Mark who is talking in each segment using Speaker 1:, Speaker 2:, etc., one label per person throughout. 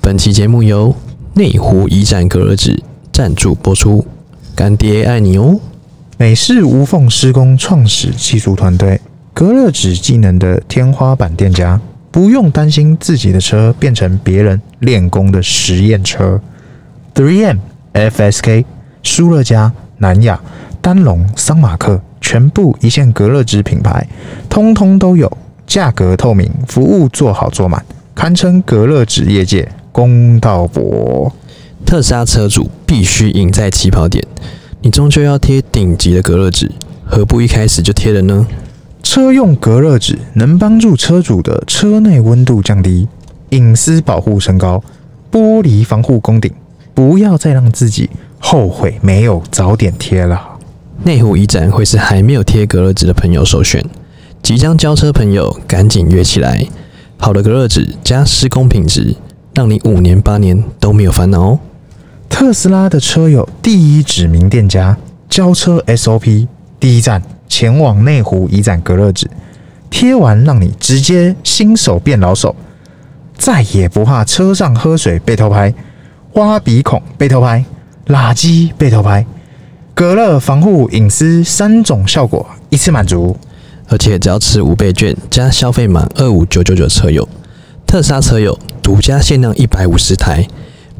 Speaker 1: 本期节目由内湖一站隔热纸赞助播出，干爹爱你哦！
Speaker 2: 美式无缝施工创始技术团队，隔热纸技能的天花板店家，不用担心自己的车变成别人练功的实验车。3M、FSK、舒乐家、南亚、丹龙、桑马克，全部一线隔热纸品牌，通通都有，价格透明，服务做好做满，堪称隔热纸业界公道伯。
Speaker 1: 特斯拉车主必须赢在起跑点，你终究要贴顶级的隔热纸，何不一开始就贴了呢？
Speaker 2: 车用隔热纸能帮助车主的车内温度降低，隐私保护升高，玻璃防护功顶，不要再让自己后悔没有早点贴了。
Speaker 1: 内湖一站会是还没有贴隔热纸的朋友首选，即将交车朋友赶紧约起来。好的隔热纸加施工品质，让你五年八年都没有烦恼哦。
Speaker 2: 特斯拉的车友第一指名店家，交车 SOP 第一站前往内湖一展隔热纸，贴完让你直接新手变老手，再也不怕车上喝水被偷拍、挖鼻孔被偷拍、垃圾被偷拍。隔热、防护、隐私三种效果一次满足。
Speaker 1: 而且只要持五倍券加消费满二五九九九车友，特斯拉车友独家限量一百五十台，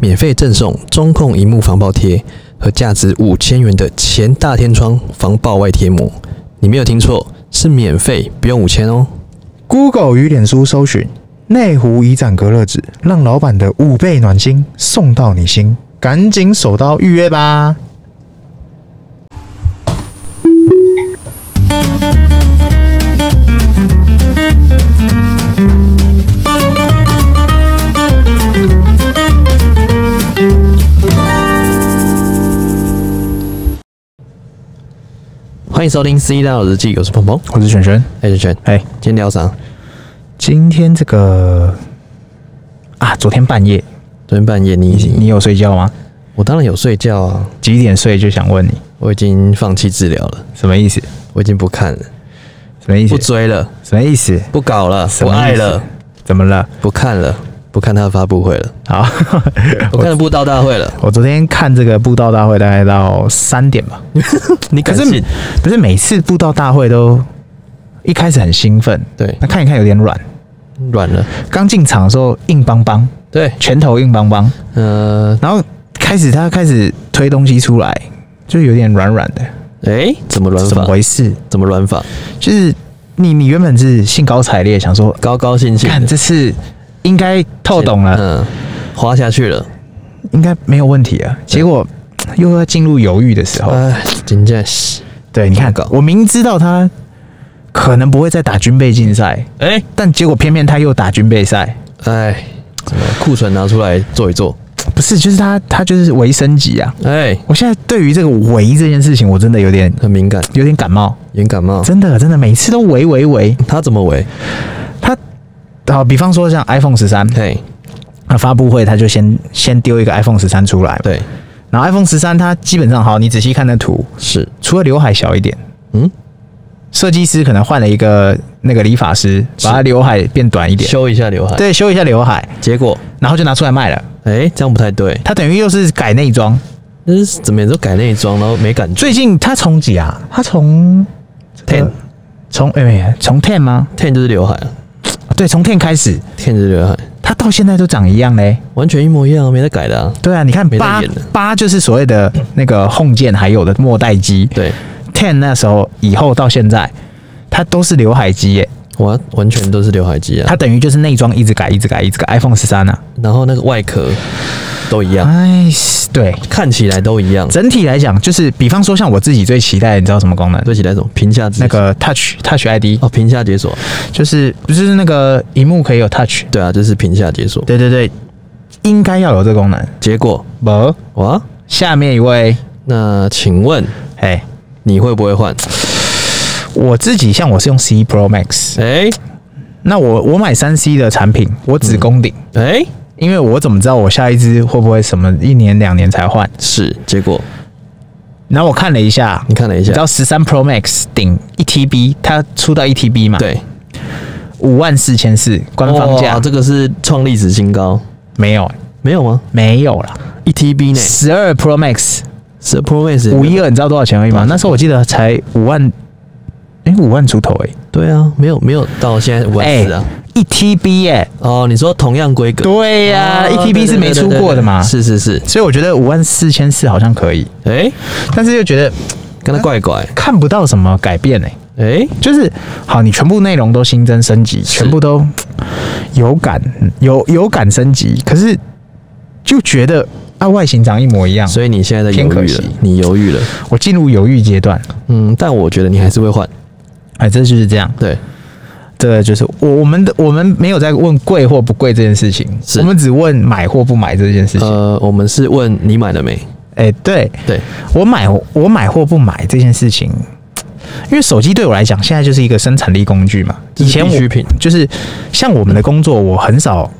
Speaker 1: 免费赠送中控荧幕防爆贴和价值五千元的前大天窗防爆外贴膜。你没有听错，是免费，不用五千哦。
Speaker 2: Google 与脸书搜寻内湖一展隔热纸，让老板的五倍暖心送到你心，赶紧手刀预约吧！
Speaker 1: 欢迎收听《C 大佬日记》，我是鹏鹏，
Speaker 2: 我是璇璇，
Speaker 1: 哎，圈圈，
Speaker 2: 哎，
Speaker 1: 今天聊啥？
Speaker 2: 今天这个啊，昨天半夜
Speaker 1: 昨天半夜你已
Speaker 2: 你
Speaker 1: 经，
Speaker 2: 你有睡觉吗？
Speaker 1: 我当然有睡觉啊，
Speaker 2: 几点睡就想问你，
Speaker 1: 我已经放弃治疗了，
Speaker 2: 什么意思？
Speaker 1: 我已经不看了，
Speaker 2: 什么意
Speaker 1: 不
Speaker 2: 思？
Speaker 1: 追了，
Speaker 2: 什么意思？
Speaker 1: 不搞了，
Speaker 2: 什
Speaker 1: 不
Speaker 2: 么意
Speaker 1: 爱
Speaker 2: 思
Speaker 1: 了，？
Speaker 2: 怎么了？
Speaker 1: 不看了，不看他的发布会了，
Speaker 2: 好，
Speaker 1: 我看了布道大会了。
Speaker 2: 我昨天看这个布道大会大概到三点吧，
Speaker 1: 你
Speaker 2: 可
Speaker 1: 敢
Speaker 2: 是
Speaker 1: 信？
Speaker 2: 不是每次布道大会都一开始很兴奋，
Speaker 1: 对，
Speaker 2: 那看一看有点软，
Speaker 1: 软了。
Speaker 2: 刚进场的时候硬邦邦，
Speaker 1: 对，
Speaker 2: 拳头硬邦邦，
Speaker 1: 呃，
Speaker 2: 然后开始他开始推东西出来，就有点软软的，
Speaker 1: 诶，怎么软
Speaker 2: 怎么
Speaker 1: 法？
Speaker 2: 回事？
Speaker 1: 怎么软法？
Speaker 2: 就是你你原本是兴高采烈想说，
Speaker 1: 高高兴兴的，
Speaker 2: 看这次应该透懂了，
Speaker 1: 嗯，滑下去了。
Speaker 2: 应该没有问题了，结果又要进入犹豫的时候，
Speaker 1: 哎，真的是，
Speaker 2: 对，你看
Speaker 1: 糟，糕
Speaker 2: 我明知道他可能不会再打军备竞赛，
Speaker 1: 哎
Speaker 2: 但结果偏偏他又打军备赛，
Speaker 1: 哎，怎么库存拿出来做一做？
Speaker 2: 不是，就是他他就是维升级啊！
Speaker 1: 哎，
Speaker 2: 我现在对于这个维这件事情，我真的有点
Speaker 1: 很敏感，
Speaker 2: 有点感冒，
Speaker 1: 严感冒。
Speaker 2: 真的真的每次都维维维。
Speaker 1: 他怎么围？
Speaker 2: 他好，比方说像 iPhone 十三，
Speaker 1: 嘿，
Speaker 2: 那发布会他就先先丢一个 iPhone 十三出来，
Speaker 1: 对，
Speaker 2: 然后 iPhone 十三它基本上好，你仔细看那图，
Speaker 1: 是，
Speaker 2: 除了刘海小一点，
Speaker 1: 嗯，
Speaker 2: 设计师可能换了一个那个理发师，把他刘海变短一点，
Speaker 1: 修一下刘海。
Speaker 2: 对，修一下刘海，
Speaker 1: 结果，
Speaker 2: 然后就拿出来卖了。
Speaker 1: 哎，这样不太对。
Speaker 2: 他等于又是改内装。
Speaker 1: 那是怎么也都改内装，然后没感觉。
Speaker 2: 最近他从几啊？他从
Speaker 1: Ten
Speaker 2: 从哎没从 ten 吗？
Speaker 1: ten 就是刘海啊
Speaker 2: 对，从 ten 开始，
Speaker 1: ，ten 就是刘海，
Speaker 2: 他到现在都长一样嘞。
Speaker 1: 完全一模一样啊，没得改的啊。
Speaker 2: 对啊，你看
Speaker 1: 没得
Speaker 2: 八
Speaker 1: 演了
Speaker 2: 八就是所谓的那个 home 键还有的末代机
Speaker 1: 对，
Speaker 2: ，ten 那时候以后到现在，它都是刘海机耶。
Speaker 1: 完完全都是刘海机啊。
Speaker 2: 它等于就是内装一直改，一直改，一直改。iPhone 十三啊，
Speaker 1: 然后那个外壳都一样，
Speaker 2: 哎，对，
Speaker 1: 看起来都一样。
Speaker 2: 整体来讲就是，比方说像我自己最期待的，你知道什么功能？
Speaker 1: 对起来什么屏下解
Speaker 2: 那个 Touch Touch ID，
Speaker 1: 哦，屏下解锁，
Speaker 2: 就是不是那个荧幕可以有 Touch，
Speaker 1: 对啊，就是屏下解锁。
Speaker 2: 对对对，应该要有这功能。
Speaker 1: 结果
Speaker 2: 不，
Speaker 1: 哇，
Speaker 2: 下面一位，
Speaker 1: 那请问
Speaker 2: 哎，
Speaker 1: 你会不会换？
Speaker 2: 我自己像我是用十一 Pro Max，
Speaker 1: 哎
Speaker 2: 那我我买三 C 的产品，我只攻顶，
Speaker 1: 哎，
Speaker 2: 因为我怎么知道我下一支会不会什么一年两年才换？
Speaker 1: 是结果
Speaker 2: 然后我看了一下，
Speaker 1: 你看了一
Speaker 2: 你
Speaker 1: 下
Speaker 2: 知，道十三 Pro Max 顶一 TB，它出到一 TB 嘛？，
Speaker 1: 对，
Speaker 2: 五万四千四，官方价、
Speaker 1: 哇这个是创历史新高，
Speaker 2: 没有，
Speaker 1: 没有吗
Speaker 2: 没有啦，
Speaker 1: ？E T B 呢
Speaker 2: 十二 Pro Max
Speaker 1: ？Super Max
Speaker 2: 五一二，你知道多少钱而已
Speaker 1: 多少
Speaker 2: 吗？
Speaker 1: 钱
Speaker 2: 那时候我记得才五万，哎、五万出头哎、
Speaker 1: 对啊，没有没有到现在五万四啊。
Speaker 2: 一 TB 哎、
Speaker 1: 哦，你说同样规格？
Speaker 2: 对啊呀、
Speaker 1: 哦
Speaker 2: 一 TB 是没出过的嘛，
Speaker 1: 对对对对对是是是，
Speaker 2: 所以我觉得五万四千四好像可以，
Speaker 1: 哎、
Speaker 2: 但是又觉得
Speaker 1: 跟他怪怪，
Speaker 2: 看不到什么改变哎、
Speaker 1: 哎、
Speaker 2: 就是好，你全部内容都新增升级，
Speaker 1: 是
Speaker 2: 全部都嘖有感有有感升级，可是就觉得啊外形长一模一样，
Speaker 1: 所以你现在在犹
Speaker 2: 偏可
Speaker 1: 豫了
Speaker 2: 惜，
Speaker 1: 你犹豫了，
Speaker 2: 我进入犹豫阶段。
Speaker 1: 嗯，但我觉得你还是会换，
Speaker 2: 哎，这就是这样，
Speaker 1: 对，
Speaker 2: 这就是我我们的我们没有在问贵或不贵这件事情，
Speaker 1: 是
Speaker 2: 我们只问买或不买这件事情。
Speaker 1: 呃，我们是问你买了没？
Speaker 2: 哎、对
Speaker 1: 对，
Speaker 2: 我买我买或不买这件事情，因为手机对我来讲现在就是一个生产力工具嘛。
Speaker 1: 这
Speaker 2: 以
Speaker 1: 是
Speaker 2: 前我
Speaker 1: 必需品
Speaker 2: 就是像我们的工作，我很少，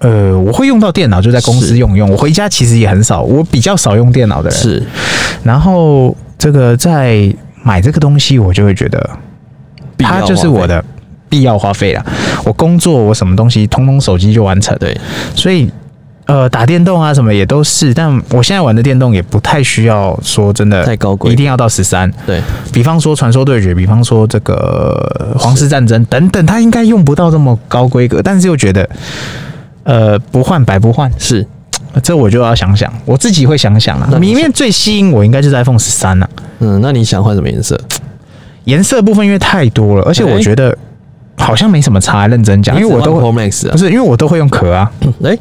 Speaker 2: 呃，我会用到电脑，就在公司
Speaker 1: 是
Speaker 2: 用用。我回家其实也很少，我比较少用电脑的人。，
Speaker 1: 是
Speaker 2: 然后这个在买这个东西，我就会觉得
Speaker 1: 必要
Speaker 2: 它就
Speaker 1: 花
Speaker 2: 是
Speaker 1: 费
Speaker 2: 我的必要花费啦。我工作我什么东西，通通手机就完成。
Speaker 1: 对，
Speaker 2: 所以呃，打电动啊什么也都是，但我现在玩的电动也不太需要说真的
Speaker 1: 太高贵
Speaker 2: 一定要到十三。
Speaker 1: 对，
Speaker 2: 比方说《传说对决》，比方说这个《皇室战争》等等，它应该用不到这么高规格，但是又觉得。呃，不换白不换，
Speaker 1: 是
Speaker 2: 这我就要想想，我自己会想想
Speaker 1: 那
Speaker 2: 啦。
Speaker 1: 你
Speaker 2: 里面最吸引我应该就是 iPhone 十三啦，
Speaker 1: 嗯，那你想换什么颜色？
Speaker 2: 颜色部分因为太多了，而且我
Speaker 1: 哎
Speaker 2: 觉得好像没什么差，认真讲，因为我都
Speaker 1: 你只换
Speaker 2: 会
Speaker 1: Pro Max 啊
Speaker 2: 不，是因为我都会用壳啊，
Speaker 1: 哎、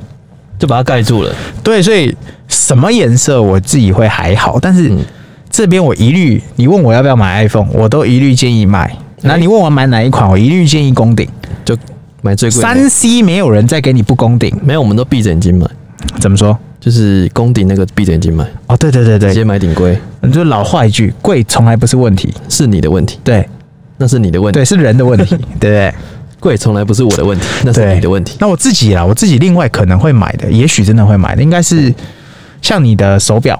Speaker 1: 就把它盖住了，
Speaker 2: 对，所以什么颜色我自己会还好，但是
Speaker 1: 嗯
Speaker 2: 这边我一律，你问我要不要买 iPhone，我都一律建议买。
Speaker 1: 哎
Speaker 2: 那你问我买哪一款，我一律建议攻顶。
Speaker 1: 就买最贵的。
Speaker 2: 三 C 没有人再给你不攻顶，
Speaker 1: 没有，我们都闭着眼睛买，
Speaker 2: 怎么说？
Speaker 1: 就是攻顶那个闭着眼睛买，
Speaker 2: 哦，对对对
Speaker 1: 直接
Speaker 2: 对，
Speaker 1: 买顶规
Speaker 2: 就老话一句，贵从来不是问题，
Speaker 1: 是你的问题，
Speaker 2: 对
Speaker 1: 那是你的问题
Speaker 2: 对，，是人的问题， 对不对？
Speaker 1: 贵从来不是我的问题，那是
Speaker 2: 对
Speaker 1: 你的问题。
Speaker 2: 那我自己啦，我自己另外可能会买的，也许真的会买的，应该是像你的手表，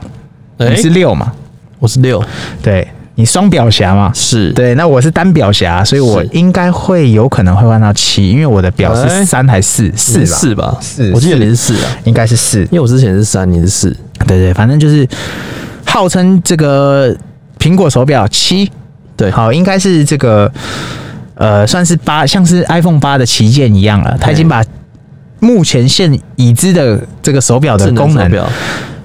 Speaker 1: 哎、
Speaker 2: 你是六嘛？
Speaker 1: 我是六，
Speaker 2: 对，你双表侠嘛？
Speaker 1: 是，
Speaker 2: 对，那我是单表侠，所以我
Speaker 1: 是
Speaker 2: 应该会有可能会换到七，因为我的表
Speaker 1: 哎
Speaker 2: 是三还是四
Speaker 1: 你
Speaker 2: 吧？
Speaker 1: 四吧？
Speaker 2: 是
Speaker 1: 我记得
Speaker 2: 是
Speaker 1: 你是四啊，
Speaker 2: 应该是四。
Speaker 1: 因为我之前是三，你是四，
Speaker 2: 对对，反正就是号称这个苹果手表七，
Speaker 1: 对，
Speaker 2: 好，应该是这个呃，算是八，像是 iPhone 八的旗舰一样了，它已经把目前现已知的这个手表的
Speaker 1: 智能
Speaker 2: 呃功
Speaker 1: 手
Speaker 2: 能。
Speaker 1: 表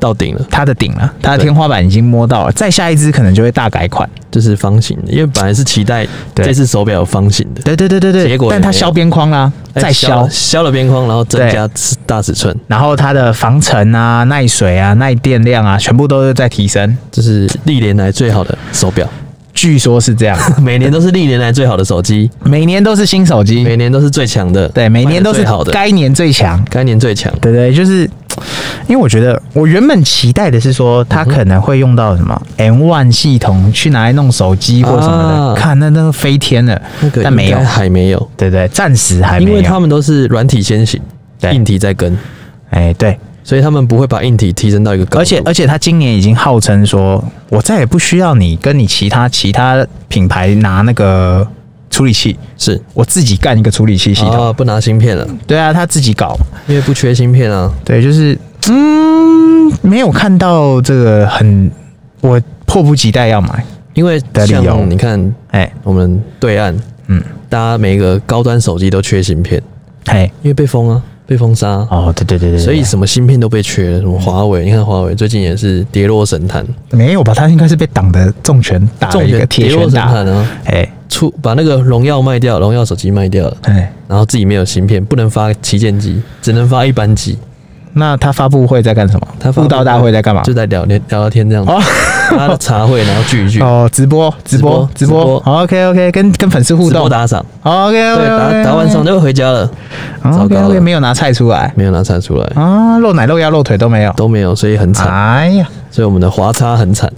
Speaker 1: 到顶了，
Speaker 2: 它的顶了，它的
Speaker 1: 对
Speaker 2: 天花板已经摸到了，再下一只可能就会大改款。
Speaker 1: 就是方形的，因为本来是期待
Speaker 2: 对
Speaker 1: 这次手表有方形的，
Speaker 2: 对对对对对，
Speaker 1: 结果也
Speaker 2: 但它
Speaker 1: 没有
Speaker 2: 削边框啦，
Speaker 1: 哎
Speaker 2: 再削
Speaker 1: 了削了边框，然后增
Speaker 2: 对
Speaker 1: 加尺大尺寸，
Speaker 2: 然后它的防尘啊、耐水啊、耐电量啊，全部都是在提升。
Speaker 1: 这是历年来最好的手表，
Speaker 2: 据说是 这样，
Speaker 1: 每年都是历年来最好的手机，
Speaker 2: 每年都是新手机，
Speaker 1: 每年都是最强的，
Speaker 2: 嗯对，每年都是
Speaker 1: 卖得最好的，
Speaker 2: 该年最强，
Speaker 1: 该年最强，
Speaker 2: 对不对，就是因为我觉得我原本期待的是说，
Speaker 1: 嗯
Speaker 2: 它可能会用到什么 M One 系统去拿来弄手机或什么的，
Speaker 1: 啊
Speaker 2: 看那那个飞天了，
Speaker 1: 那个
Speaker 2: 但没有
Speaker 1: 应该，还没有，
Speaker 2: 对不对，暂时还
Speaker 1: 因
Speaker 2: 没
Speaker 1: 为他
Speaker 2: 有，
Speaker 1: 们都是软体先行，
Speaker 2: 对
Speaker 1: 硬体在跟，
Speaker 2: 哎，对，
Speaker 1: 所以他们不会把硬体提升到一个高度，
Speaker 2: 而且而且他今年已经号称说，我再也不需要你跟你其他其他品牌拿那个处理器。
Speaker 1: 是
Speaker 2: 我自己干一个处理器系统。
Speaker 1: 啊，不拿芯片了，
Speaker 2: 对啊，他自己搞。
Speaker 1: 因为不缺芯片啊，
Speaker 2: 对，就是嗯，没有看到这个很，我迫不及待要买。
Speaker 1: 因为
Speaker 2: 的理由
Speaker 1: 像你看
Speaker 2: 哎，
Speaker 1: 我们对岸，
Speaker 2: 嗯，
Speaker 1: 大家每一个高端手机都缺芯片，
Speaker 2: 嘿，
Speaker 1: 因为被封啊，被封杀啊、
Speaker 2: 哦，对对对对对
Speaker 1: 所以什么芯片都被缺了，什么华为，你看华为最近也是跌落神坛，
Speaker 2: 没有吧？他应该是被党的重拳打了
Speaker 1: 重
Speaker 2: 啊一个
Speaker 1: 拳
Speaker 2: 铁
Speaker 1: 跌落
Speaker 2: 拳
Speaker 1: 神
Speaker 2: 打。
Speaker 1: 坛啊，
Speaker 2: 哎
Speaker 1: 出把那个荣耀卖掉，荣耀手机卖掉了，
Speaker 2: 哎，
Speaker 1: 然后自己没有芯片，不能发旗舰机，只能发一般机，
Speaker 2: 那他发布会在干什么？
Speaker 1: 他发布会
Speaker 2: 布道大会在干嘛？
Speaker 1: 就在聊聊聊天这样子，
Speaker 2: 哦
Speaker 1: 大家茶会然后聚一聚，
Speaker 2: 哦，直播直播
Speaker 1: 直播
Speaker 2: 直
Speaker 1: 直播
Speaker 2: 播。OK OK，跟跟粉丝互
Speaker 1: 直播
Speaker 2: 动。哦
Speaker 1: 打赏，
Speaker 2: OK
Speaker 1: 对，
Speaker 2: OK
Speaker 1: 打打完赏就会回家了，糟
Speaker 2: OK
Speaker 1: 糕
Speaker 2: OK，
Speaker 1: 了，
Speaker 2: 哦没有拿菜出来
Speaker 1: 没有拿菜出来。
Speaker 2: 啊，露奶露腰露腿都没有。
Speaker 1: 都没有，所以很惨，
Speaker 2: 哎呀
Speaker 1: 所以我们的华差很惨。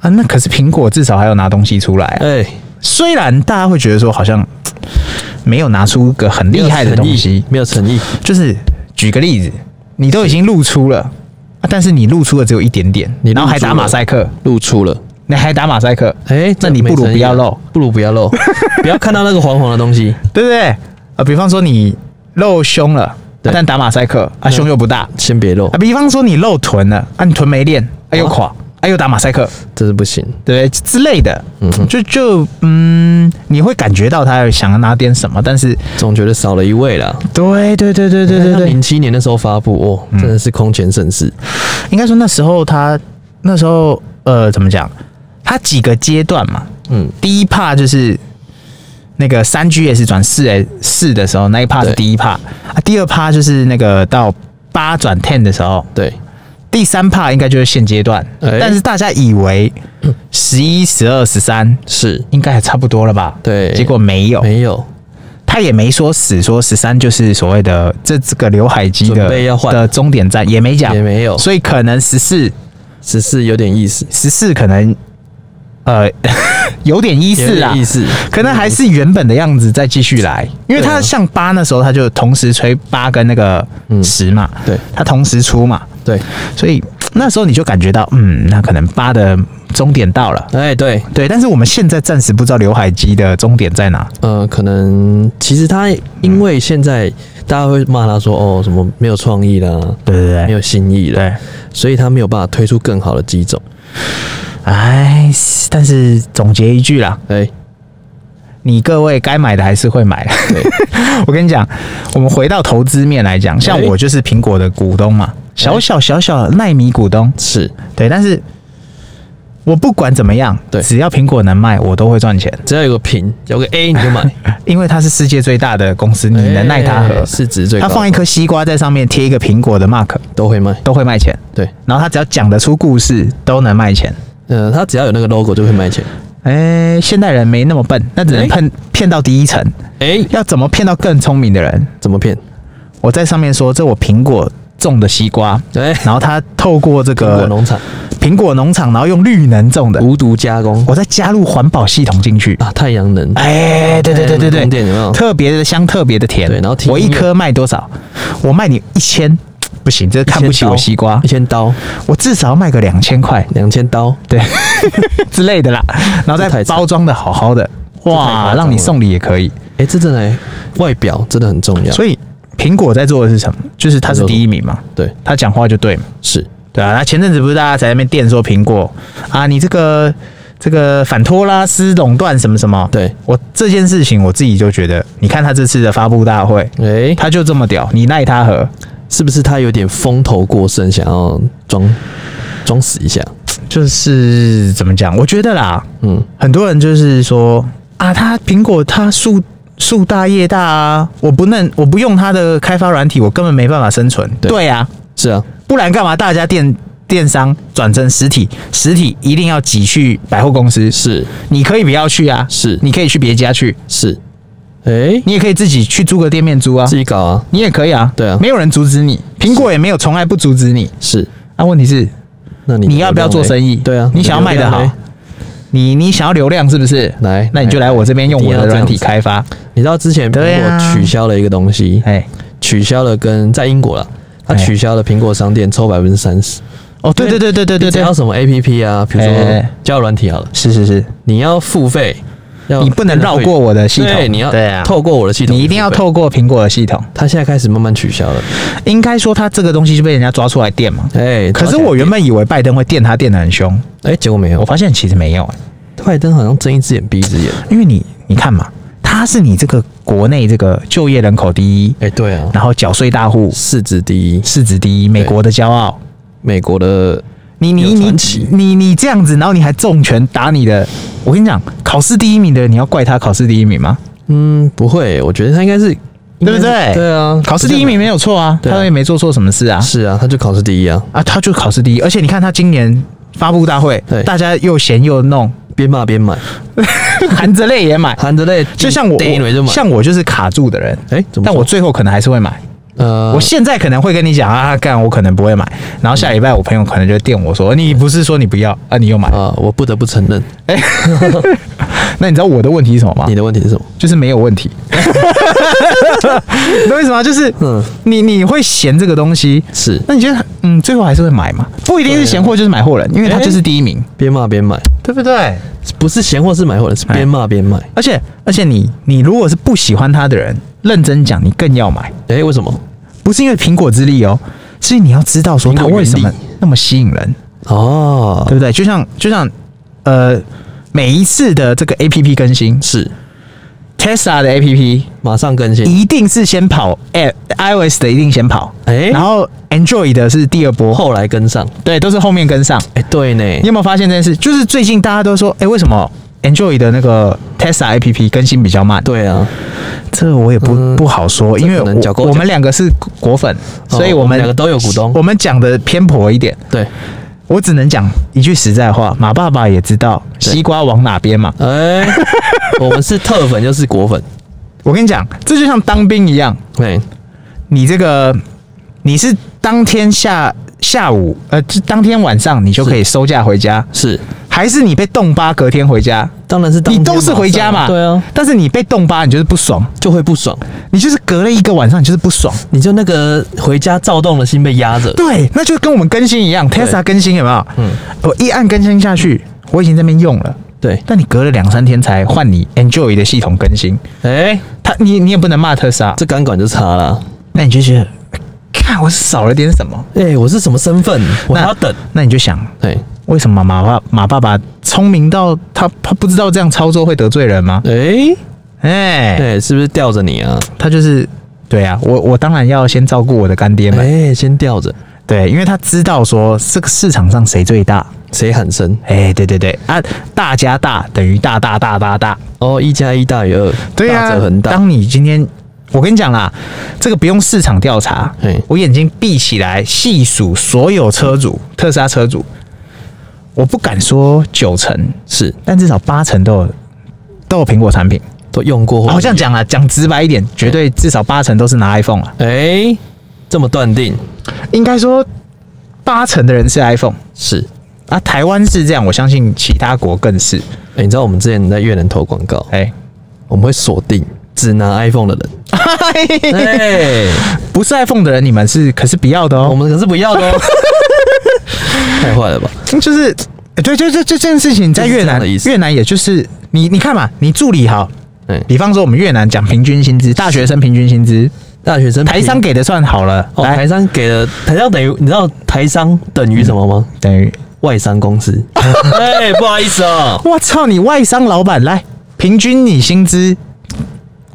Speaker 2: 啊，那可是苹果至少还有拿东西出来啊。
Speaker 1: 哎、
Speaker 2: 虽然大家会觉得说好像嘖没有拿出个很厉害的东西，
Speaker 1: 没有诚意，
Speaker 2: 就是举个例子，你都已经露出了，啊、但是你露出的只有一点点，
Speaker 1: 你露出了
Speaker 2: 然后还打马赛克，
Speaker 1: 露出了。
Speaker 2: 你还打马赛克，
Speaker 1: 哎、
Speaker 2: 那你
Speaker 1: 这没
Speaker 2: 不如
Speaker 1: 诚意
Speaker 2: 不要
Speaker 1: 啊
Speaker 2: 露，
Speaker 1: 不如不要 露，不要看到那个黄黄的东西。
Speaker 2: 对不对？啊，比方说你露胸了，
Speaker 1: 对
Speaker 2: 但打马赛克啊，胸又不大
Speaker 1: 先别露
Speaker 2: 啊，，比方说你露臀了啊，你臀没练啊，又垮啊，又打马赛克，
Speaker 1: 这是不行。
Speaker 2: 对之类的，
Speaker 1: 嗯哼
Speaker 2: 就就嗯，你会感觉到他有想要拿点什么，但是
Speaker 1: 总觉得少了一位啦。哎
Speaker 2: 对对对对对对嗯对，
Speaker 1: 零七年的时候发布，哦，真的是空前盛世。
Speaker 2: 应该说那时候他那时候呃怎么讲，他几个阶段嘛，
Speaker 1: 嗯，
Speaker 2: 第一帕就是那个三 GS 转四 S 四的时候，那一帕是
Speaker 1: 对
Speaker 2: 第一帕啊，第二帕就是那个到八转 ten 的时候，
Speaker 1: 对，
Speaker 2: 第三帕应该就是现阶段，
Speaker 1: 哎
Speaker 2: 但是大家以为十一、十二、十三
Speaker 1: 是，
Speaker 2: 应该还差不多了吧？
Speaker 1: 对
Speaker 2: 结果没有，
Speaker 1: 没有，
Speaker 2: 他也没说死，说十三就是所谓的这这个刘海机的
Speaker 1: 准备要换
Speaker 2: 的终点站，也没讲，
Speaker 1: 也没有，
Speaker 2: 所以可能十四
Speaker 1: 只是有点意思，
Speaker 2: 十四可能呃 有点意
Speaker 1: 有
Speaker 2: 思啦
Speaker 1: 点，意思，
Speaker 2: 可能还是原本的样子再继续来，因为
Speaker 1: 对
Speaker 2: 他
Speaker 1: 啊
Speaker 2: 像八那时候他就同时吹八跟那个
Speaker 1: 嗯
Speaker 2: 十嘛，
Speaker 1: 对
Speaker 2: 他同时出嘛，
Speaker 1: 对，
Speaker 2: 所以那时候你就感觉到，嗯，那可能八的终点到了。
Speaker 1: 哎对，
Speaker 2: 对，但是我们现在暂时不知道刘海基的终点在哪。
Speaker 1: 呃，可能其实他因为现在大家会骂他说哦什么没有创意啦，
Speaker 2: 对对
Speaker 1: 没
Speaker 2: 对，
Speaker 1: 有新意了，
Speaker 2: 对，
Speaker 1: 所以他没有办法推出更好的机种。
Speaker 2: 哎，但是总结一句啦，
Speaker 1: 哎，
Speaker 2: 你各位该买的还是会买。 我跟你讲，我们回到投资面来讲，像
Speaker 1: 哎
Speaker 2: 我就是苹果的股东嘛，小小小小奈米股东，
Speaker 1: 是
Speaker 2: 对，但是我不管怎么样，
Speaker 1: 对
Speaker 2: 只要苹果能卖，我都会赚钱，
Speaker 1: 只要有个屏，有个 A 你就买，
Speaker 2: 因为它是世界最大的公 司，你能奈它何
Speaker 1: 哎？市值最高
Speaker 2: 它
Speaker 1: 的，
Speaker 2: 放一颗西瓜在上面，贴一个苹果的 mark，
Speaker 1: 都会卖。
Speaker 2: 都会卖钱。
Speaker 1: 对，
Speaker 2: 然后它只要讲得出故事，都能卖钱。
Speaker 1: 呃，他只要有那个 logo 就会卖钱。
Speaker 2: 哎，现代人没那么笨，那只能
Speaker 1: 哎
Speaker 2: 骗骗到第一层，
Speaker 1: 哎，
Speaker 2: 要怎么骗到更聪明的人？
Speaker 1: 怎么骗？
Speaker 2: 我在上面说，这我苹果种的西瓜，
Speaker 1: 哎，
Speaker 2: 然后他透过这
Speaker 1: 苹果
Speaker 2: 个
Speaker 1: 农场
Speaker 2: 苹果农场，然后用绿能种的，
Speaker 1: 无毒加工
Speaker 2: 我再加入环保系统进去。
Speaker 1: 啊，太阳能，
Speaker 2: 哎，对对对对
Speaker 1: 充
Speaker 2: 对，
Speaker 1: 电有没有？
Speaker 2: 特别的香，特别的甜。
Speaker 1: 对然后听
Speaker 2: 我一
Speaker 1: 音乐
Speaker 2: 颗卖多少？我卖你一千，不行，这看不起我西瓜
Speaker 1: 一，千刀，
Speaker 2: 我至少要卖个两千块，
Speaker 1: 两千刀，
Speaker 2: 对 之类的啦。然后
Speaker 1: 这太
Speaker 2: 再
Speaker 1: 惨
Speaker 2: 包装的好好的，
Speaker 1: 这太夸张
Speaker 2: 哇，
Speaker 1: 了
Speaker 2: 让你送礼也可以。
Speaker 1: 哎、这真的、欸，外表真的很重要。
Speaker 2: 所以苹果在做的是什么？就是它是第一名嘛，
Speaker 1: 对，
Speaker 2: 他讲话就对嘛。
Speaker 1: 是
Speaker 2: 对啊，那前阵子不是大家在那边电说苹果啊，你这个这个反托拉斯垄断什么什么？
Speaker 1: 对，
Speaker 2: 我这件事情我自己就觉得，你看他这次的发布大会，
Speaker 1: 哎、
Speaker 2: 他就这么屌，你奈他何？
Speaker 1: 是不是他有点风头过盛，想要装装死一下？
Speaker 2: 就是怎么讲？我觉得啦，
Speaker 1: 嗯，
Speaker 2: 很多人就是说啊，他苹果他树树大叶大啊，我不能我不用它的开发软体，我根本没办法生存。
Speaker 1: 对
Speaker 2: 对啊，
Speaker 1: 是啊，
Speaker 2: 不然干嘛大家电电商转成实体，实体一定要挤去百货公司？
Speaker 1: 是
Speaker 2: 你可以不要去啊，
Speaker 1: 是
Speaker 2: 你可以去别家去，
Speaker 1: 是，哎、
Speaker 2: 你也可以自己去租个店面租啊
Speaker 1: 自，己搞啊，
Speaker 2: 你也可以啊，
Speaker 1: 对啊
Speaker 2: 没有人阻止你，苹果也没有从来不阻止你。
Speaker 1: 是。
Speaker 2: 那、问题是，
Speaker 1: 那你
Speaker 2: 你要不要做生意
Speaker 1: 流量嘞对啊，
Speaker 2: 你想要卖得好
Speaker 1: 流量嘞
Speaker 2: 你你想要流量是不是？
Speaker 1: 来
Speaker 2: 那你就
Speaker 1: 来
Speaker 2: 来我这边用
Speaker 1: 一定
Speaker 2: 我
Speaker 1: 要
Speaker 2: 的
Speaker 1: 这样
Speaker 2: 软体
Speaker 1: 子
Speaker 2: 开发，
Speaker 1: 你知道之前苹
Speaker 2: 对
Speaker 1: 果
Speaker 2: 啊
Speaker 1: 取消了一个东西，
Speaker 2: 哎，
Speaker 1: 取消了跟在英国了，它
Speaker 2: 哎
Speaker 1: 取消了苹果商店抽百分之三十。
Speaker 2: 哦，对对对对对对
Speaker 1: 只
Speaker 2: 对
Speaker 1: 要，什么 A P P 啊，比如说
Speaker 2: 哎
Speaker 1: 交友软体好了，
Speaker 2: 是是是，
Speaker 1: 你要付费，要
Speaker 2: 你不能绕过我的系统，
Speaker 1: 对，你要
Speaker 2: 对啊，
Speaker 1: 透过我的系统，
Speaker 2: 你一定要。透过苹果的系统。
Speaker 1: 他现在开始慢慢取消了，
Speaker 2: 应该说他这个东西就被人家抓出来电嘛。
Speaker 1: 哎，
Speaker 2: 可是我原本以为拜登会电他电得很凶，
Speaker 1: 哎，结果没
Speaker 2: 我
Speaker 1: 有，
Speaker 2: 发现其实没有、欸
Speaker 1: 拜登好像睁一只眼闭一只眼，
Speaker 2: 因为你你看嘛，他是你这个国内这个就业人口第一，
Speaker 1: 哎，对啊，
Speaker 2: 然后缴税大户，
Speaker 1: 市值第一，
Speaker 2: 市值第一，美国的骄傲。
Speaker 1: 美国的
Speaker 2: 你你
Speaker 1: 有
Speaker 2: 你
Speaker 1: 传奇
Speaker 2: 你你这样子，然后你还重拳打你的，我跟你讲，考试第一名的，你要怪他考试第一名吗？
Speaker 1: 嗯不会，我觉得他应该是，
Speaker 2: 对不
Speaker 1: 应该
Speaker 2: 对？
Speaker 1: 是对啊，
Speaker 2: 考试第一名没有错啊，
Speaker 1: 对啊
Speaker 2: 他也没做错什么事啊。
Speaker 1: 是啊，他就考试第一啊，
Speaker 2: 啊，他就考试第一，而且你看他今年发布大会
Speaker 1: 对，
Speaker 2: 大家又闲又弄，
Speaker 1: 边骂边买，
Speaker 2: 含着泪 也买。
Speaker 1: 含着泪，
Speaker 2: 就像我，
Speaker 1: 顶了就
Speaker 2: 我
Speaker 1: 买，
Speaker 2: 像我就是卡住的人，
Speaker 1: 哎，怎么说？
Speaker 2: 但我最后可能还是会买。
Speaker 1: 呃，
Speaker 2: 我现在可能会跟你讲啊，干我可能不会买，然后下礼拜我朋友可能就电我说，哦你不是说你不要啊，你又买。哎
Speaker 1: 啊，我不得不承认，
Speaker 2: 那你知道我的问题是什么吗
Speaker 1: 你？的问题是什么？
Speaker 2: 就是没有问题。 你懂我意思吗？就是
Speaker 1: 嗯
Speaker 2: 你你会嫌这个东西，
Speaker 1: 是
Speaker 2: 那你觉得嗯，最后还是会买嘛？不一定是嫌货就是买货人，因为他就是第一名，
Speaker 1: 边骂边买，
Speaker 2: 对不对？
Speaker 1: 啊不是闲货是买货人，是边骂边买。
Speaker 2: 而且而且你你如果是不喜欢他的人，认真讲，你更要买。
Speaker 1: 哎、为什么？
Speaker 2: 不是因为苹果之力哦，是你要知道说
Speaker 1: 苹
Speaker 2: 它
Speaker 1: 果原
Speaker 2: 为什么
Speaker 1: 力
Speaker 2: 那么吸引人，
Speaker 1: 哦，
Speaker 2: 对不对？就像就像呃，每一次的这个 A P P 更新
Speaker 1: 是
Speaker 2: ，Tesla 的 A P P
Speaker 1: 马上更新。
Speaker 2: 一定是先跑，哎、i o s 的一定先跑，
Speaker 1: 哎哦
Speaker 2: 然后 Android 的是第二波，
Speaker 1: 后来跟上，
Speaker 2: 对，都是后面跟上。
Speaker 1: 哎、对呢，
Speaker 2: 你有没有发现这件事？就是最近大家都说，哎、为什么 Android 的那个 Tesla A P P 更新比较慢？
Speaker 1: 对啊，
Speaker 2: 这我也不、
Speaker 1: 嗯
Speaker 2: 不好说，
Speaker 1: 这
Speaker 2: 因为
Speaker 1: 可能脚够
Speaker 2: 我我
Speaker 1: 脚
Speaker 2: 们两个是果粉，所以
Speaker 1: 哦
Speaker 2: 我
Speaker 1: 我们
Speaker 2: 们
Speaker 1: 两个都有股东
Speaker 2: 我们讲的偏颇一点，
Speaker 1: 对，
Speaker 2: 我只能讲一句实在话，马爸爸也知道
Speaker 1: 对
Speaker 2: 西瓜往哪边嘛。
Speaker 1: 哎、 我们是特粉就是果粉，
Speaker 2: 我跟你讲，这就像当兵一样，
Speaker 1: 哎、
Speaker 2: 你这个你是当天下下午，呃，就当天晚上你就可以收假回家，
Speaker 1: 是，
Speaker 2: 还是你被冻巴隔天回家？
Speaker 1: 当然是当
Speaker 2: 你
Speaker 1: 天
Speaker 2: 都是回
Speaker 1: 马
Speaker 2: 家嘛，
Speaker 1: 上对啊，
Speaker 2: 但是你被冻巴，你就是不爽，
Speaker 1: 就会不爽，
Speaker 2: 你就是隔了一个晚上，你就是不爽。
Speaker 1: 你就那个回家躁动的心被压着，
Speaker 2: 对，那就跟我们更新一样，Tesla 更新有没有？
Speaker 1: 嗯，
Speaker 2: 我一按更新下去，我已经在那边用了，
Speaker 1: 对，
Speaker 2: 但你隔了两三天才换你 Enjoy 的系统更新，
Speaker 1: 哎、
Speaker 2: 他你你也不能骂 Tesla，
Speaker 1: 这钢管就差了，
Speaker 2: 那你就觉得，看我少了点什么，
Speaker 1: 哎、我是什么身份？哎我还
Speaker 2: 那
Speaker 1: 要等，
Speaker 2: 那你就想。
Speaker 1: 对，
Speaker 2: 为什么马爸马爸爸聪明到他他不知道这样操作会得罪人吗？
Speaker 1: 哎、
Speaker 2: 哎、
Speaker 1: 对，是不是吊着你啊？
Speaker 2: 他就是对啊，我我当然要先照顾我的干爹们，
Speaker 1: 哎、先吊着，
Speaker 2: 对，因为他知道说这个市场上谁最大，
Speaker 1: 谁喊声？
Speaker 2: 哎、对对对啊，大加大等于大大大大大，
Speaker 1: 哦，一加一大于二，
Speaker 2: 对啊，
Speaker 1: 大则恒大，
Speaker 2: 当你今天，我跟你讲啦，这个不用市场调查
Speaker 1: 嘿，
Speaker 2: 我眼睛闭起来细数所有车主，特斯拉车主，我不敢说九成，
Speaker 1: 是
Speaker 2: 但至少八成都有都有苹果产品。
Speaker 1: 都用过或
Speaker 2: 好像讲啦，讲直白一点，绝对至少八成都是拿 iPhone 啊。
Speaker 1: 哎、这么断定
Speaker 2: 应该说，八成的人是 iPhone
Speaker 1: 是。
Speaker 2: 啊。台湾是这样，我相信其他国更是。
Speaker 1: 哎、你知道我们之前在越南投广告，
Speaker 2: 哎、
Speaker 1: 我们会锁定只拿 iPhone 的 人。哎、
Speaker 2: 不是 iPhone 的人，你们是可是不要的
Speaker 1: 我
Speaker 2: 哦。
Speaker 1: 们可是不要的 哦。太坏了吧？
Speaker 2: 就是，哎对对对，这这件事情在
Speaker 1: 就是
Speaker 2: 越
Speaker 1: 这样
Speaker 2: 南
Speaker 1: 的意，思
Speaker 2: 越南也就是你你看嘛，你助理好，
Speaker 1: 哎、
Speaker 2: 比方说我们越南讲平均薪资，大学生平均薪资，
Speaker 1: 大学生
Speaker 2: 台商给的算好了，
Speaker 1: 哦，
Speaker 2: 来
Speaker 1: 台商给了台商等于你知道台商等于什么吗？
Speaker 2: 等于，
Speaker 1: 外商公司。哎、不好意思哦，
Speaker 2: 我操，你外商老板来平均你薪资，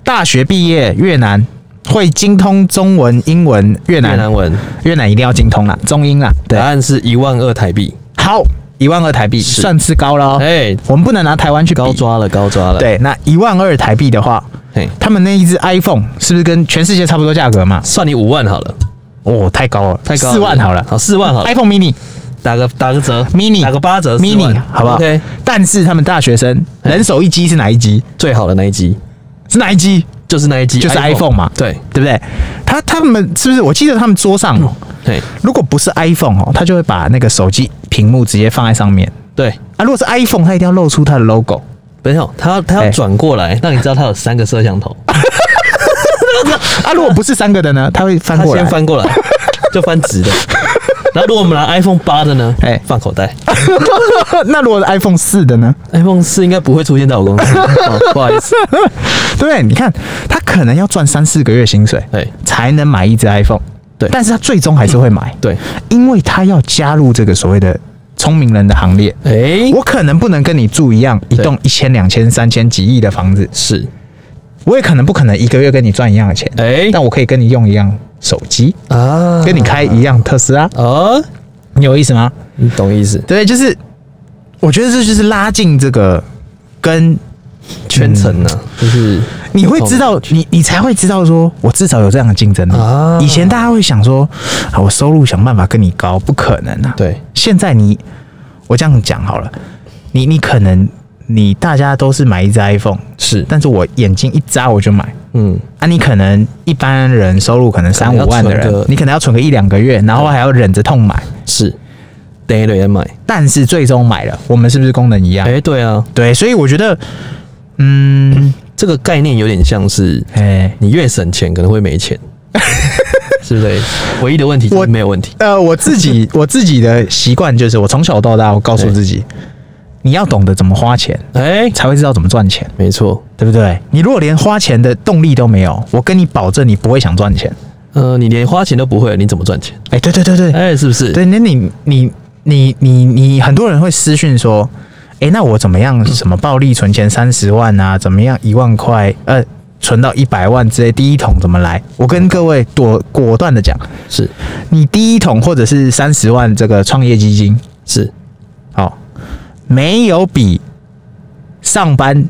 Speaker 2: 大学毕业越南会精通中文、英文、越
Speaker 1: 越
Speaker 2: 南
Speaker 1: 南文
Speaker 2: 越南一定要精通啦，中英啦，对
Speaker 1: 答，案是一万二台币。
Speaker 2: 好，一万二台币
Speaker 1: 是
Speaker 2: 算是高了哦，
Speaker 1: 哎、
Speaker 2: 我们不能拿台湾去比
Speaker 1: 高，抓了，高抓了。，
Speaker 2: 对，那一万二台币的话。
Speaker 1: 嘿，
Speaker 2: 他们那一只 iPhone 是不是跟全世界差不多价格嘛？
Speaker 1: 算你五万好了，
Speaker 2: 哦，太高了，
Speaker 1: 太高了
Speaker 2: 四万好了
Speaker 1: 好四万好了，
Speaker 2: ，iPhone mini
Speaker 1: 打个打个折
Speaker 2: mini
Speaker 1: 打个八折
Speaker 2: mini
Speaker 1: 4万
Speaker 2: 好不好
Speaker 1: OK，哎
Speaker 2: 但是他们大学生人手一机是哪一机？
Speaker 1: 最好的那一机
Speaker 2: 是哪一机？
Speaker 1: 就是那一机，
Speaker 2: 就是 iPhone 嘛
Speaker 1: 对，
Speaker 2: 对不对？他他们是不是？我记得他们桌上
Speaker 1: 嗯
Speaker 2: 哦，
Speaker 1: 嘿，
Speaker 2: 如果不是 iPhone 哦，他就会把那个手机屏幕直接放在上面
Speaker 1: 对。
Speaker 2: 啊。如果是 iPhone，他一定要露出它的 logo。
Speaker 1: 没有，他要他
Speaker 2: 哎
Speaker 1: 要转过来，让你知道他有三个摄像头。
Speaker 2: 啊，如果不是三个的呢，他会 翻
Speaker 1: 他
Speaker 2: 过来
Speaker 1: 先。翻过 来，就翻直的。然后如果我们拿 iPhone 八的呢？
Speaker 2: 哎
Speaker 1: 放口袋。
Speaker 2: 那如果是 iPhone 四的呢？
Speaker 1: iPhone 四应该不会出现在我公 司，哦不好意思。
Speaker 2: 对不对？你看，他可能要赚三四个月薪水，
Speaker 1: 哎，
Speaker 2: 才能买一只 iPhone。
Speaker 1: 对
Speaker 2: 但是他最终还是会买，
Speaker 1: 对，
Speaker 2: 因为他要加入这个所谓的聪明人的行列。
Speaker 1: 哎，
Speaker 2: 我可能不能跟你住一样，一栋一千、两千、三千、几亿的房子，
Speaker 1: 是，
Speaker 2: 我也可能不可能一个月跟你赚一样的钱，
Speaker 1: 哎
Speaker 2: 但我可以跟你用一样手机，
Speaker 1: 啊，
Speaker 2: 跟你开一样特斯拉，
Speaker 1: 哦，
Speaker 2: 你嗯有意思吗？
Speaker 1: 你懂意思？
Speaker 2: 对，就是我觉得这就是拉近这个跟
Speaker 1: 圈层呢，啊
Speaker 2: 嗯
Speaker 1: 就是
Speaker 2: 你会知道，你你才会知道说，我至少有这样的竞争力。
Speaker 1: 啊
Speaker 2: 以前大家会想说，啊，我收入想办法跟你高，不可能啊。，
Speaker 1: 对，
Speaker 2: 现在你，我这样讲好了，你你可能你大家都是买一只 iPhone，
Speaker 1: 是，
Speaker 2: 但是我眼睛一眨我就买。
Speaker 1: 嗯，
Speaker 2: 啊，你可能一般人收入可能三
Speaker 1: 可能
Speaker 2: 五
Speaker 1: 要
Speaker 2: 万的
Speaker 1: 存
Speaker 2: 人
Speaker 1: 个，
Speaker 2: 你可能要存个一两个月，然后还要忍着痛买，
Speaker 1: 是，等一等也买。
Speaker 2: 但是最终买了，我们是不是功能一样？
Speaker 1: 哎，对啊，
Speaker 2: 对，所以我觉得，嗯，
Speaker 1: 这个概念有点像是
Speaker 2: 哎、
Speaker 1: 你越省钱可能会没钱， 是不是？唯一的问题就
Speaker 2: 我
Speaker 1: 是没有问题。
Speaker 2: 呃，我自己 我自己的习惯就是，我从小到大，我告诉自己，你要懂得怎么花钱，
Speaker 1: 哎，
Speaker 2: 才会知道怎么赚钱，
Speaker 1: 没错，
Speaker 2: 对不对？你如果连花钱的动力都没有，我跟你保证，你不会想赚钱。
Speaker 1: 啊、呃，你连花钱都不会，你怎么赚钱？
Speaker 2: 哎、对对对对，
Speaker 1: 哎、是不是？
Speaker 2: 对，那你你你你你，很多人会私讯说，哎、那我怎么样？什么暴力存钱三十万啊？怎么样一万块？呃，存到一百万之类，第一桶怎么来？我跟各位果果断的讲，
Speaker 1: 是
Speaker 2: 你第一桶或者是三十万这个创业基金，
Speaker 1: 是，
Speaker 2: 好、没有比上班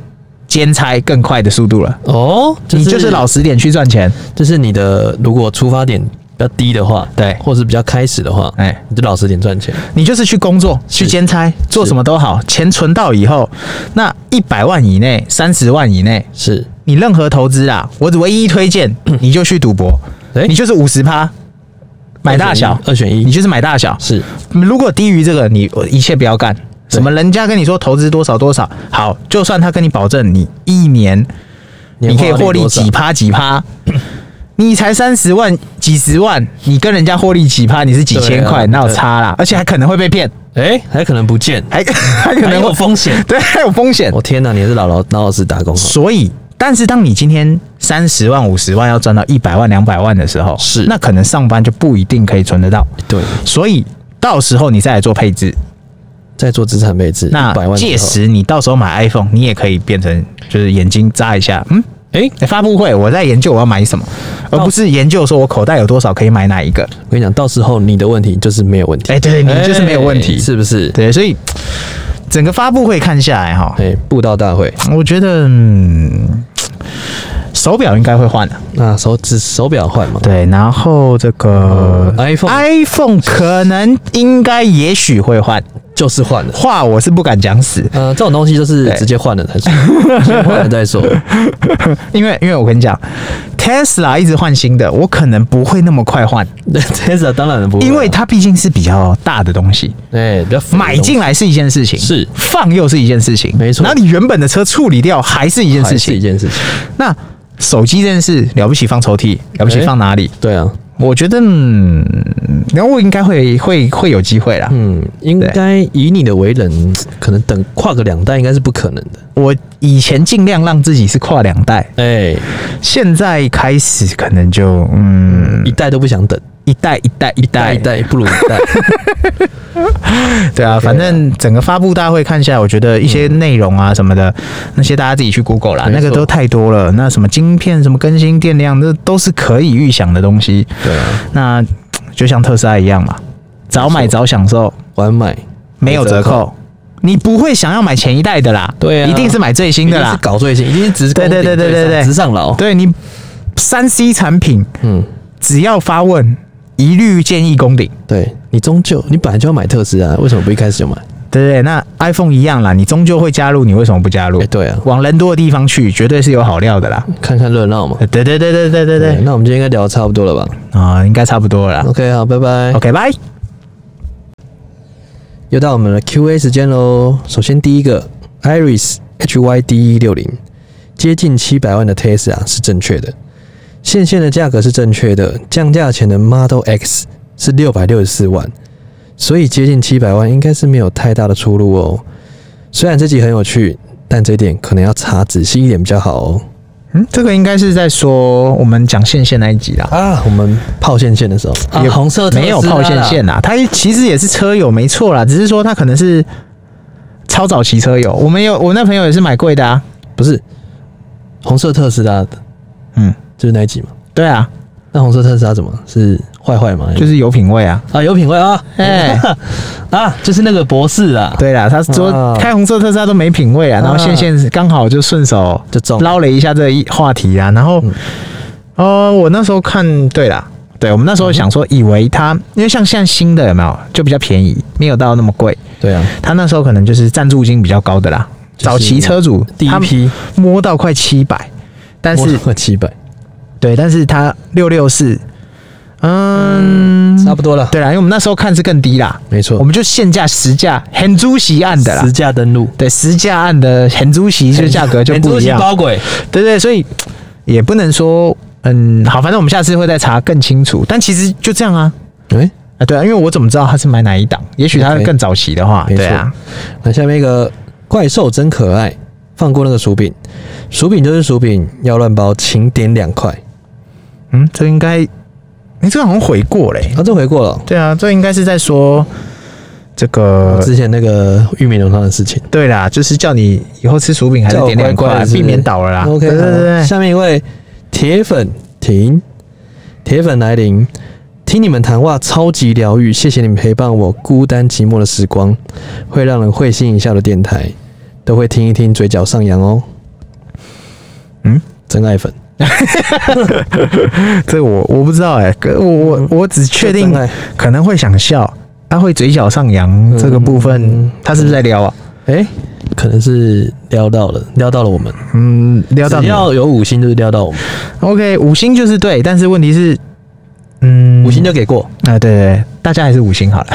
Speaker 2: 兼差更快的速度了。
Speaker 1: 哦，
Speaker 2: 你就是老实点去赚钱，
Speaker 1: 就是你的如果出发点比较低的话，
Speaker 2: 对
Speaker 1: 或是比较开始的话，
Speaker 2: 哎、
Speaker 1: 你就老实点赚钱。
Speaker 2: 你就是去工作、
Speaker 1: 是
Speaker 2: 去兼差，做什么都好，钱存到以后，那一百万以内、三十万以内，
Speaker 1: 是，
Speaker 2: 你任何投资啊，我唯一推荐
Speaker 1: 嗯
Speaker 2: 你就去赌博，
Speaker 1: 哎
Speaker 2: 你就是五十趴，买大小，
Speaker 1: 二选一，
Speaker 2: 你就是买大小。
Speaker 1: 是
Speaker 2: 如果低于这个，你一切不要干。
Speaker 1: 对
Speaker 2: 什么人家跟你说投资多少多少，好，就算他跟你保证你一年你可以获利几？趴 几趴，你才三十万几十万，你跟人家获利几趴，你是几千块，
Speaker 1: 对啊
Speaker 2: 哪有差啦？而且还可能会被骗。
Speaker 1: 哎、还可能不 见，
Speaker 2: 还还
Speaker 1: 还
Speaker 2: 可能
Speaker 1: 有
Speaker 2: 会。
Speaker 1: 风险
Speaker 2: 对，还有风险
Speaker 1: 我、。天哪，你也是老老老老实打工啊，
Speaker 2: 所以，但是当你今天三十万、五十万要赚到一百万、两百万的时候，
Speaker 1: 是
Speaker 2: 那可能上班就不一定可以存得到。
Speaker 1: 对，
Speaker 2: 所以到时候你再来做配置，
Speaker 1: 在做资产配置，
Speaker 2: 那
Speaker 1: 百万之后
Speaker 2: 届，时你到时候买 iPhone，你也可以变成就是眼睛眨一下，嗯。
Speaker 1: 哎、
Speaker 2: 诶发布会我在研究我要买什么，而
Speaker 1: 哦
Speaker 2: 不是研究说我口袋有多少可以买哪一个。
Speaker 1: 我跟你讲，到时候你的问题就是没有问题，
Speaker 2: 哎、对你就是没有问题，
Speaker 1: 哎是不是？
Speaker 2: 对，所以整个发布会看下来哈，
Speaker 1: 哎、布道大会，
Speaker 2: 我觉得、嗯、手表应该会换的，
Speaker 1: 那手指手表换嘛，
Speaker 2: 对，哎然后这个
Speaker 1: 嗯 iPhone
Speaker 2: iPhone 可能应该也许会换，
Speaker 1: 就是换了。
Speaker 2: 话我是不敢讲死，
Speaker 1: 呃，这种东西就是
Speaker 2: 对
Speaker 1: 直接换了再说，先换了再 说。
Speaker 2: 因为因为我跟你讲，Tesla 一直换新的，我可能不会那么快换，
Speaker 1: 那 Tesla 当然不会啊，
Speaker 2: 因为它毕竟是比较大的东西。
Speaker 1: 哎比较肥的
Speaker 2: 买进
Speaker 1: 东
Speaker 2: 来是一件事情，
Speaker 1: 是
Speaker 2: 放又是一件事情，
Speaker 1: 没错
Speaker 2: 然后你原本的车处理掉还是一件
Speaker 1: 西还
Speaker 2: 事
Speaker 1: 是一
Speaker 2: 情。
Speaker 1: 件事情，
Speaker 2: 那手机这件事了不起放抽屉，了不起
Speaker 1: 哎
Speaker 2: 放哪里？
Speaker 1: 对啊，
Speaker 2: 我觉得，嗯，然后我应该会会会有机会啦。
Speaker 1: 嗯，应该以你的为人，可能等跨个两代应该是不可能的。
Speaker 2: 我以前尽量让自己是跨两代，
Speaker 1: 哎、
Speaker 2: 现在开始可能就嗯
Speaker 1: 一代都不想等，
Speaker 2: 一代一代一代
Speaker 1: 代一代不如一代。
Speaker 2: 对啊，反正整个发布大会看下来，我觉得一些内容啊什么的，那些大家自己去 Google 啦，
Speaker 1: 没
Speaker 2: 那
Speaker 1: 错
Speaker 2: 个都太多了。那什么晶片、什么更新电量，那都是可以预想的东西。
Speaker 1: 对啊，
Speaker 2: 那就像特斯拉一样嘛，早买早享受，
Speaker 1: 晚买
Speaker 2: 没有折
Speaker 1: 没折
Speaker 2: 扣。你不会想要买前一代的啦，
Speaker 1: 对啊
Speaker 2: 一定是买最新的
Speaker 1: 一定
Speaker 2: 啦
Speaker 1: 是。搞最新，一定是直
Speaker 2: 对对对对对对
Speaker 1: 直上劳。
Speaker 2: 对你三 C 产品
Speaker 1: 嗯，
Speaker 2: 只要发问，一律建议攻顶，
Speaker 1: 对你终究你本来就要买特斯拉，为什么不一开始就买？
Speaker 2: 对不对？那 iPhone 一样啦，你终究会加入，你为什么不加入？
Speaker 1: 哎对啊
Speaker 2: 往人多的地方去，绝对是有好料的啦。
Speaker 1: 看看热闹嘛。
Speaker 2: 对对对对对对对，
Speaker 1: 那我们今天应该聊得差不多了吧
Speaker 2: 啊、应该差不多了啦。
Speaker 1: ？OK，好，拜拜。
Speaker 2: OK，拜。
Speaker 1: 又到我们的 Q&A 时间喽。首先第一个，Iris HYD E 六零，接近七百万的 Tesla 是正确的，现线的价格是正确的，降价前的 Model X 是六百六十四万，所以接近七百万应该是没有太大的出路哦。虽然这集很有趣，但这一点可能要查仔细一点比较好哦。
Speaker 2: 嗯，这个应该是在说我们讲线线那一集啦。
Speaker 1: 啊，我们泡线线的时候，啊
Speaker 2: 也，
Speaker 1: 红色特斯拉啦
Speaker 2: 没有泡线线啦，它其实也是车友没错啦，只是说它可能是超早期车友。我们有我那朋友也是买贵的啊，
Speaker 1: 不是红色特斯拉的，
Speaker 2: 嗯，
Speaker 1: 就是那一集嘛。
Speaker 2: 对啊，
Speaker 1: 那红色特斯拉怎么是坏坏吗？
Speaker 2: 就是有品味啊。
Speaker 1: 啊，有品味啊！
Speaker 2: 哎
Speaker 1: 啊，就是那个博士啊，
Speaker 2: 对啦，他说
Speaker 1: 啊
Speaker 2: 开红色特斯拉都没品味啊，然后
Speaker 1: 啊
Speaker 2: 线线刚好就顺手
Speaker 1: 就中
Speaker 2: 捞了一下这一话题啊，然后
Speaker 1: 嗯
Speaker 2: 哦，我那时候看对啦，对我们那时候想说，以为它因为像现在新的有没有就比较便宜，没有到那么贵，
Speaker 1: 对啊，
Speaker 2: 他那时候可能就是赞助金比较高的啦，
Speaker 1: 就是
Speaker 2: 早期车主
Speaker 1: 第一批
Speaker 2: 他摸到快七百，但
Speaker 1: 摸
Speaker 2: 是
Speaker 1: 了七百，
Speaker 2: 对，但是他六六四，嗯，
Speaker 1: 差不多了，
Speaker 2: 对啦，因为我们那时候看是更低啦，
Speaker 1: 没错
Speaker 2: 我们就现价实价很猪席案的啦
Speaker 1: 实，价登录，
Speaker 2: 对，实价案的很猪席就 价格就不一样，
Speaker 1: 包欸鬼，
Speaker 2: 对对，所以也不能说，嗯，好，反正我们下次会再查更清楚，但其实就这样啊，
Speaker 1: 哎，
Speaker 2: 啊，对啊，因为我怎么知道他是买哪一档？也许他
Speaker 1: OK
Speaker 2: 更早期的话，
Speaker 1: 没错
Speaker 2: 对啊，
Speaker 1: 那下面一个怪兽真可爱，放过那个薯饼，薯饼就是薯饼，要乱包，请点两块，
Speaker 2: 嗯，这应该你这个好像悔过嘞、
Speaker 1: 啊，这回过了。
Speaker 2: 对啊，这应该是在说这个
Speaker 1: 之前那个玉米浓汤的事情，
Speaker 2: 对啦，就是叫你以后吃薯饼还是
Speaker 1: 叫我
Speaker 2: 点两
Speaker 1: 乖
Speaker 2: 块
Speaker 1: 乖，是不是
Speaker 2: 避免倒了啦。
Speaker 1: OK，
Speaker 2: 对对
Speaker 1: 好
Speaker 2: 对对，
Speaker 1: 下面一位铁粉婷，铁粉来临，听你们谈话超级疗愈，谢谢你们陪伴我孤单寂寞的时光，会让人会心一笑的电台，都会听一听，嘴角上扬哦。
Speaker 2: 嗯，
Speaker 1: 真爱粉，
Speaker 2: 这我我不知道哎、可我我我只确定
Speaker 1: 真爱
Speaker 2: 可能会想笑，他会嘴角上扬这个部分
Speaker 1: 嗯，
Speaker 2: 他是不是在撩啊？
Speaker 1: 哎、可能是撩到了，撩到了我们，
Speaker 2: 嗯，撩到
Speaker 1: 只
Speaker 2: 你了。
Speaker 1: 要有五星就是撩到我们，
Speaker 2: OK，五星就是对，但是问题是，嗯，
Speaker 1: 五星就给过。
Speaker 2: 啊，对对对，大家还是五星好了。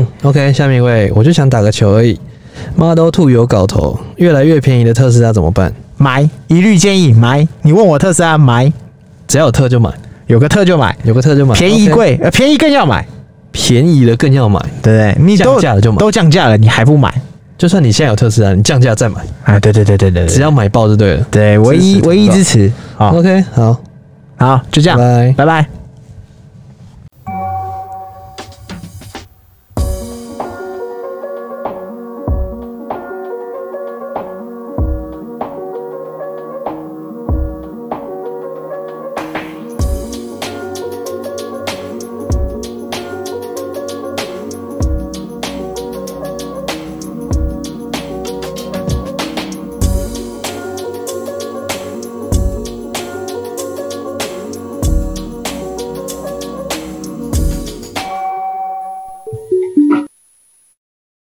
Speaker 1: OK，下面一位，我就想打个球而已。Model Two 有搞头，越来越便宜的特斯拉怎么办？
Speaker 2: 买，一律建议买。你问我特斯拉买，
Speaker 1: 只要有特就买，
Speaker 2: 有个特就买，
Speaker 1: 有个特就买，
Speaker 2: 便宜
Speaker 1: OK，
Speaker 2: 贵，呃，便宜更要买，
Speaker 1: 便宜了更要买。
Speaker 2: 对不对？你都
Speaker 1: 降价了就买
Speaker 2: 都降价了，你还不买
Speaker 1: 就算你现在有特斯拉，你降价再买，
Speaker 2: 啊？对对对对对，对
Speaker 1: 只要买爆就对了。
Speaker 2: 对，唯一
Speaker 1: 支持
Speaker 2: 唯一
Speaker 1: 广告
Speaker 2: 支持，好，
Speaker 1: OK，好，
Speaker 2: 好，就这样，
Speaker 1: 拜拜。
Speaker 2: 拜拜。